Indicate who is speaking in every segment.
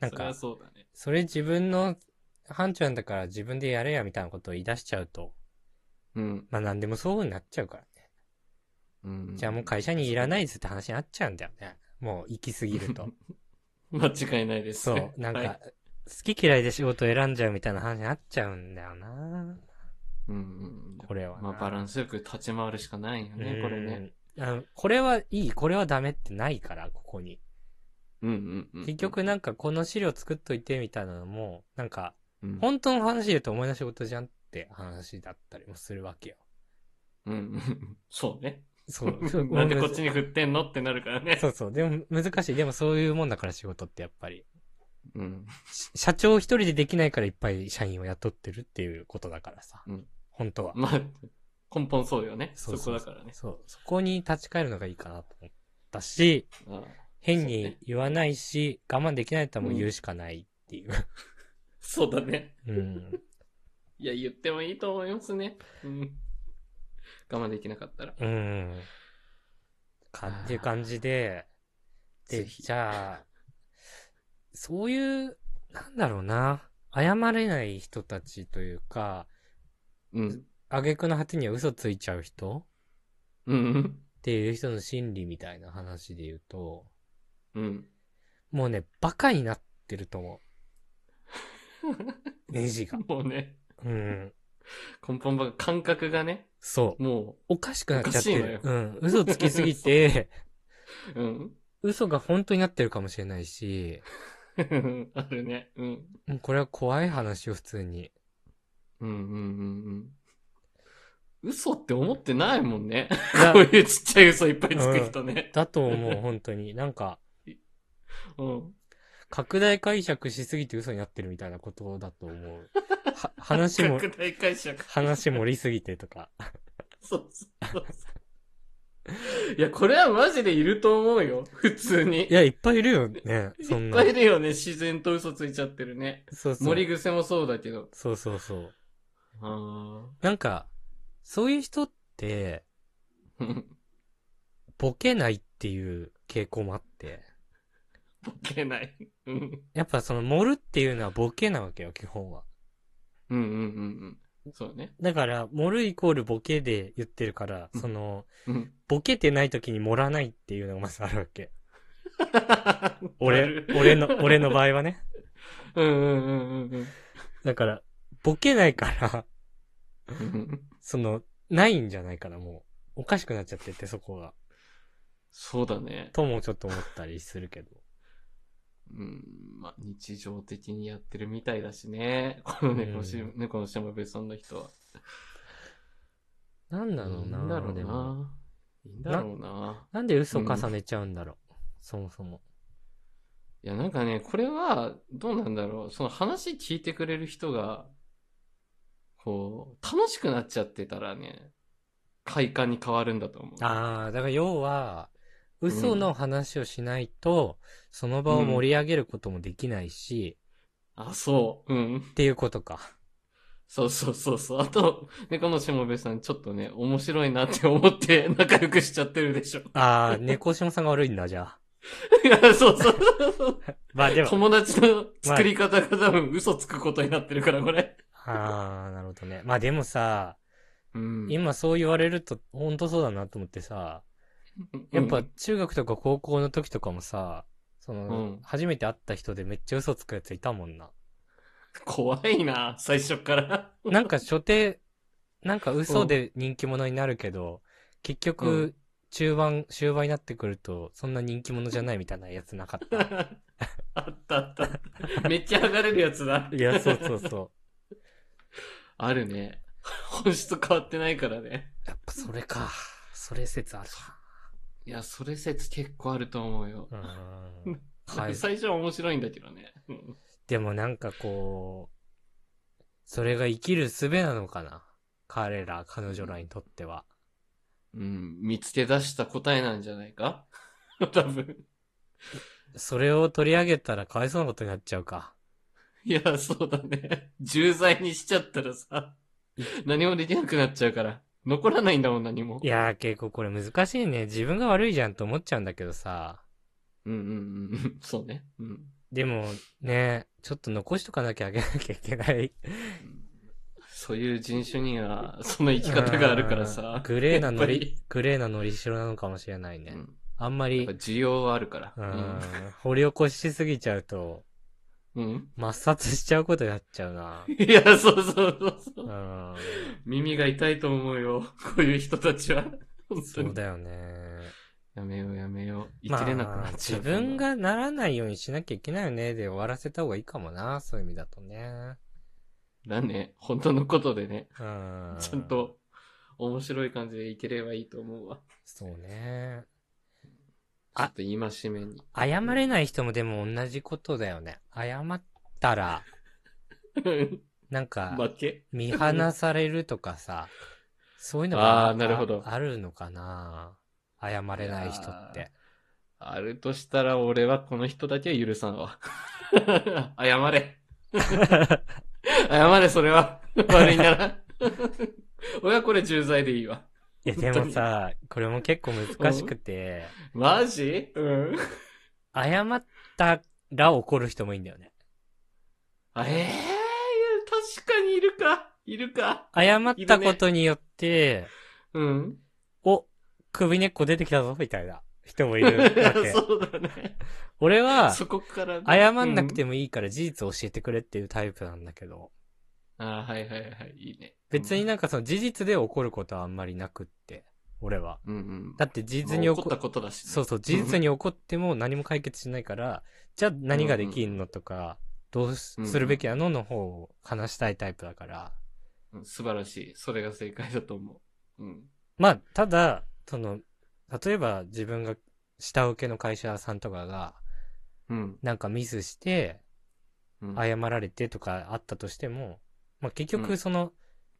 Speaker 1: なん
Speaker 2: それは
Speaker 1: か、
Speaker 2: そうだね。
Speaker 1: それ自分の班長なんだから自分でやれやみたいなことを言い出しちゃうと、
Speaker 3: うん。
Speaker 1: まあ何でもそうになっちゃうからね。
Speaker 3: うん。
Speaker 1: じゃあもう会社にいらないですって話になっちゃうんだよね。もう行き過ぎ ると。
Speaker 3: 間違いないです。
Speaker 1: そう、なん
Speaker 3: は
Speaker 1: か
Speaker 3: い、
Speaker 1: 好き嫌いで仕事を選んじゃうみたいな話になっちゃうんだよな。
Speaker 3: うんうん。
Speaker 1: これはな。
Speaker 3: まあ、バランスよく立ち回るしかないよね、これね。
Speaker 1: うん。あのこれはいい、これはダメってないから、ここに。
Speaker 3: うんうんうん。
Speaker 1: 結局なんかこの資料作っといてみたいなのも、なんか、
Speaker 3: うん、
Speaker 1: 本当の話で言うとお前の仕事じゃんって話だったりもするわけよ。
Speaker 3: うんうん。そうね。
Speaker 1: そう。そう
Speaker 3: なんでこっちに振ってんのってなるからね
Speaker 1: そ。うそう。でも難しい。でもそういうもんだから仕事ってやっぱり。
Speaker 3: うん。
Speaker 1: し社長一人でできないからいっぱい社員を雇ってるっていうことだからさ。
Speaker 3: うん
Speaker 1: 本当は。
Speaker 3: まあ、根本そうよね。
Speaker 1: そう
Speaker 3: そ
Speaker 1: そう
Speaker 3: こ
Speaker 1: そう
Speaker 3: だからね。
Speaker 1: そう。そこに立ち返るのがいいかなと思ったし、
Speaker 3: ああ
Speaker 1: 変に言わないし、我慢できないともう言うしかないっていう。
Speaker 3: そうだね。
Speaker 1: うん。
Speaker 3: いや、言ってもいいと思いますね。うん。我慢できなかったら。
Speaker 1: うん。か
Speaker 3: あー
Speaker 1: っていう感じで、で、
Speaker 3: ぜひ
Speaker 1: じゃあ、そういう、なんだろうな、謝れない人たちというか、
Speaker 3: うん。
Speaker 1: 挙句の果てには嘘ついちゃう人
Speaker 3: うん。
Speaker 1: っていう人の心理みたいな話で言うと、
Speaker 3: うん。
Speaker 1: もうね、バカになってると思 う。ネジが。
Speaker 3: もうね、
Speaker 1: うん。
Speaker 3: 根本ば感覚がね、
Speaker 1: そう。
Speaker 3: も
Speaker 1: おかしくなっちゃってる
Speaker 3: おかし。
Speaker 1: う
Speaker 3: い
Speaker 1: ん。嘘つきすぎて、
Speaker 3: う、うん。
Speaker 1: 嘘が本当になってるかもしれないし、
Speaker 3: あるね。うん。
Speaker 1: もうこれは怖い話よ、普通に。
Speaker 3: うんうんうんうん。嘘って思ってないもんね。
Speaker 1: いや
Speaker 3: こういうちっちゃい嘘いっぱいつく人ね。
Speaker 1: だと思う、本当に。なんか、
Speaker 3: うん。
Speaker 1: 拡大解釈しすぎて嘘になってるみたいなことだと思う。は話も、
Speaker 3: 拡大解釈。
Speaker 1: 話盛りすぎてとか。
Speaker 3: そうそうそうそう。いや、これはマジでいると思うよ。普通に。
Speaker 1: いや、いっぱいいるよね。そ
Speaker 3: い
Speaker 1: ん
Speaker 3: っ
Speaker 1: な
Speaker 3: ぱいい。るよね。自然と嘘ついちゃってるね。
Speaker 1: そうそう。
Speaker 3: 森癖もそうだけど。
Speaker 1: そうそうそう。
Speaker 3: あ
Speaker 1: なんか、そういう人って、
Speaker 3: あ。
Speaker 1: ボケないっていう傾向もあって。
Speaker 3: ボケない。うん。
Speaker 1: やっぱその、盛るっていうのはボケなわけよ、基本は。
Speaker 3: うんうんうんうん。そうね。
Speaker 1: だから、盛るイコールボケで言ってるから、
Speaker 3: うん
Speaker 1: その、
Speaker 3: うん。
Speaker 1: ボケてない時に盛らないっていうのがまずあるわけ。
Speaker 3: な
Speaker 1: 俺
Speaker 3: る、
Speaker 1: 俺の、俺の場合はね。
Speaker 3: うんうんうんうん
Speaker 1: だから、ボケないから、
Speaker 3: うん。
Speaker 1: その、ないんじゃないかな、もう。おかしくなっちゃってて、そこが。
Speaker 3: そうだね。
Speaker 1: ともちょっと思ったりするけど。
Speaker 3: うん。まあ、日常的にやってるみたいだしね。この猫し、
Speaker 1: うん
Speaker 3: 猫の島部さんの人は。
Speaker 1: なんだ
Speaker 3: い
Speaker 1: ろ
Speaker 3: い
Speaker 1: うんな
Speaker 3: だろう
Speaker 1: でも
Speaker 3: な。いいんだろうな。
Speaker 1: なんで嘘重ねちゃうんだろう。そもそも。
Speaker 3: いや、なんかね、これは、どうなんだろう。その話聞いてくれる人が、こう、楽しくなっちゃってたらね、快感に変わるんだと思う。
Speaker 1: あー、だから要は、嘘の話をしないと、その場を盛り上げることもできないし、
Speaker 3: あ、そう。うん。
Speaker 1: っていうことか。
Speaker 3: そうそうそうそう。あと、猫のしもべさん、ちょっとね、面白いなって思って仲良くしちゃってるで しょ。
Speaker 1: あー、猫島さんが悪いんだ、じゃあ。
Speaker 3: いや、そうそうそう。
Speaker 1: まあでも、
Speaker 3: 友達の作り方が多分嘘つくことになってるから、これ。
Speaker 1: あー、なるほどね。まあでもさ、
Speaker 3: うん
Speaker 1: 今そう言われると、ほんとそうだなと思ってさ、やっぱ、中学とか高校の時とかもさ、その、
Speaker 3: うん
Speaker 1: 初めて会った人でめっちゃ嘘つくやついたもんな。
Speaker 3: 怖いな、最初から。
Speaker 1: なんか初手、なんか嘘で人気者になるけど、結
Speaker 3: う
Speaker 1: 局、中盤、終盤になってくると、そんな人気者じゃないみたいなやつなかった。
Speaker 3: あったあったあった。めっちゃ上がれるやつだ。
Speaker 1: いや、そうそうそ
Speaker 3: あるね。本質変わってないからね。
Speaker 1: う。やっぱそれか。それ説ある
Speaker 3: いや、それ説結構あると思うよ。
Speaker 1: な。うーん。はい。
Speaker 3: 最初は面白いんだけどね。うん
Speaker 1: でもなんかこう、それが生きる術なのかな。彼ら、彼女らにとっては。
Speaker 3: うん、見つけ出した答えなんじゃないか 多分。
Speaker 1: それを取り上げたらかわいそうなことになっちゃうか。
Speaker 3: いや、そうだね。重罪にしちゃったらさ、何もできなくなっちゃうから。残らないんだもん、何も。
Speaker 1: いやー結構これ難しいね。自分が悪いじゃんと思っちゃうんだけどさ。
Speaker 3: うんうんうん。そうね。うん。
Speaker 1: でもね、ちょっと残しとかなきゃあげなきゃいけない。
Speaker 3: そういう人種には、その生き方があるから
Speaker 1: うん
Speaker 3: さ。
Speaker 1: グレーな
Speaker 3: やっぱ
Speaker 1: の
Speaker 3: り
Speaker 1: り、グレーなのりしろなのかもしれないね。
Speaker 3: うん
Speaker 1: あんま
Speaker 3: やっ
Speaker 1: り
Speaker 3: ぱ、需要はあるから。
Speaker 1: うん、掘り起こしすぎちゃうと、
Speaker 3: うん。
Speaker 1: 抹殺しちゃうことになっちゃうな。
Speaker 3: いや、そうそうそうそうう。
Speaker 1: ん。
Speaker 3: 耳が痛いと思うよ。こういう人たちは。本当
Speaker 1: そう
Speaker 3: に。
Speaker 1: だよね。
Speaker 3: やめようやめよう。生
Speaker 1: ま
Speaker 3: き
Speaker 1: あ
Speaker 3: れなくなっちゃう。
Speaker 1: 自分。がならないようにしなきゃいけないよね。で終わらせた方がいいかもな。そういう意味だとね。
Speaker 3: だね。本当のことでね。
Speaker 1: うん。
Speaker 3: ちゃん。と、面白い感じでいければいいと思うわ。
Speaker 1: そうね。
Speaker 3: ちょ
Speaker 1: あ
Speaker 3: っと今しめに。
Speaker 1: 謝れない人もでも同じことだよね。謝ったら、なんか、
Speaker 3: 負け
Speaker 1: 見放されるとかさ、そういうのが
Speaker 3: あーなるほど
Speaker 1: ああるのかな謝れない人っ
Speaker 3: いや
Speaker 1: て。
Speaker 3: あるとしたら俺はこの人だけは許さ んわ。謝れ。謝れ、それは。悪いなら。俺はこれ重罪でいいわ。
Speaker 1: いや、でもさ、これも結構難しくて、
Speaker 3: マジうん。
Speaker 1: 謝ったら怒る人もいいんだよね。
Speaker 3: あええーいや、確かにいるか。いるか。
Speaker 1: 謝ったことによって、
Speaker 3: うん。
Speaker 1: お、首根っこ出てきたぞ、みたいな人もいるわけ。
Speaker 3: そうだね。
Speaker 1: 俺は、
Speaker 3: そこから、
Speaker 1: 謝んなくてもいいから事実を教えてくれっていうタイプなんだけど、
Speaker 3: うん。あーはいはいはい。いいね。
Speaker 1: 別になんかその事実で怒ることはあんまりなくって、俺は。
Speaker 3: うんうん。
Speaker 1: だって事実
Speaker 3: ま
Speaker 1: に
Speaker 3: あ
Speaker 1: 怒
Speaker 3: 怒ったことだし、
Speaker 1: そうそう、事実に起こっても何も解決しないから、じゃあ何ができんのとか、どうす
Speaker 3: うんうん
Speaker 1: するべきなのの方を話したいタイプだから。
Speaker 3: うん素晴らしい。それが正解だと思う。うん。
Speaker 1: まあ、ただ、その、例えば自分が下請けの会社さんとかが、
Speaker 3: うん。
Speaker 1: なんかミスして、
Speaker 3: うん、
Speaker 1: 謝られてとかあったとしても、まあ結
Speaker 3: うん
Speaker 1: 局その、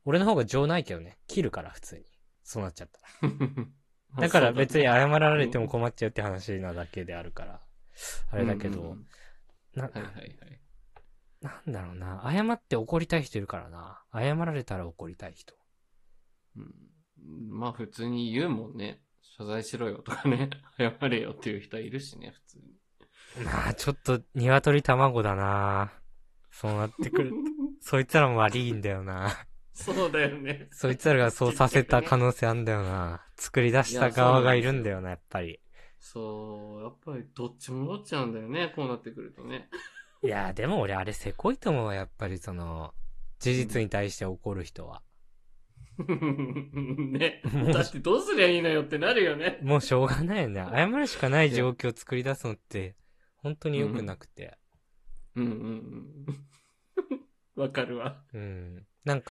Speaker 1: 俺の方が情ないけどね、切るから普通に。そうなっちゃったら。 だから別に
Speaker 3: あ
Speaker 1: 謝られても困っちゃうって話なだけであるから。あれだけど、な
Speaker 3: はいはいはい。
Speaker 1: なんだろうな。謝って怒りたい人いるからな。謝られたら怒りたい人。
Speaker 3: うん、まあ普通に言うもんね。謝罪しろよとかね。 謝れよっていう人いるしね、普通に。
Speaker 1: まあ、ちょっと、鶏卵だな。そうなって くる。そいつらも悪いんだよな。
Speaker 3: そうだよね。
Speaker 1: そいつらがそうさせた可能性あんだよな。作り出した側がいるんだよな、やっぱり。
Speaker 3: そう、やっぱりどっちもどっちなんだよね、こうなってくるとね。
Speaker 1: いや、でも俺あれせこいと思うわ、やっぱりその、事実に対して怒る人は。
Speaker 3: ね。だってどうすりゃいいのよってなるよね。
Speaker 1: もうしょうがないよね。謝るしかない状況を作り出すのって、本当に良くなくて。
Speaker 3: うんうんうん。わかるわ。
Speaker 1: うん。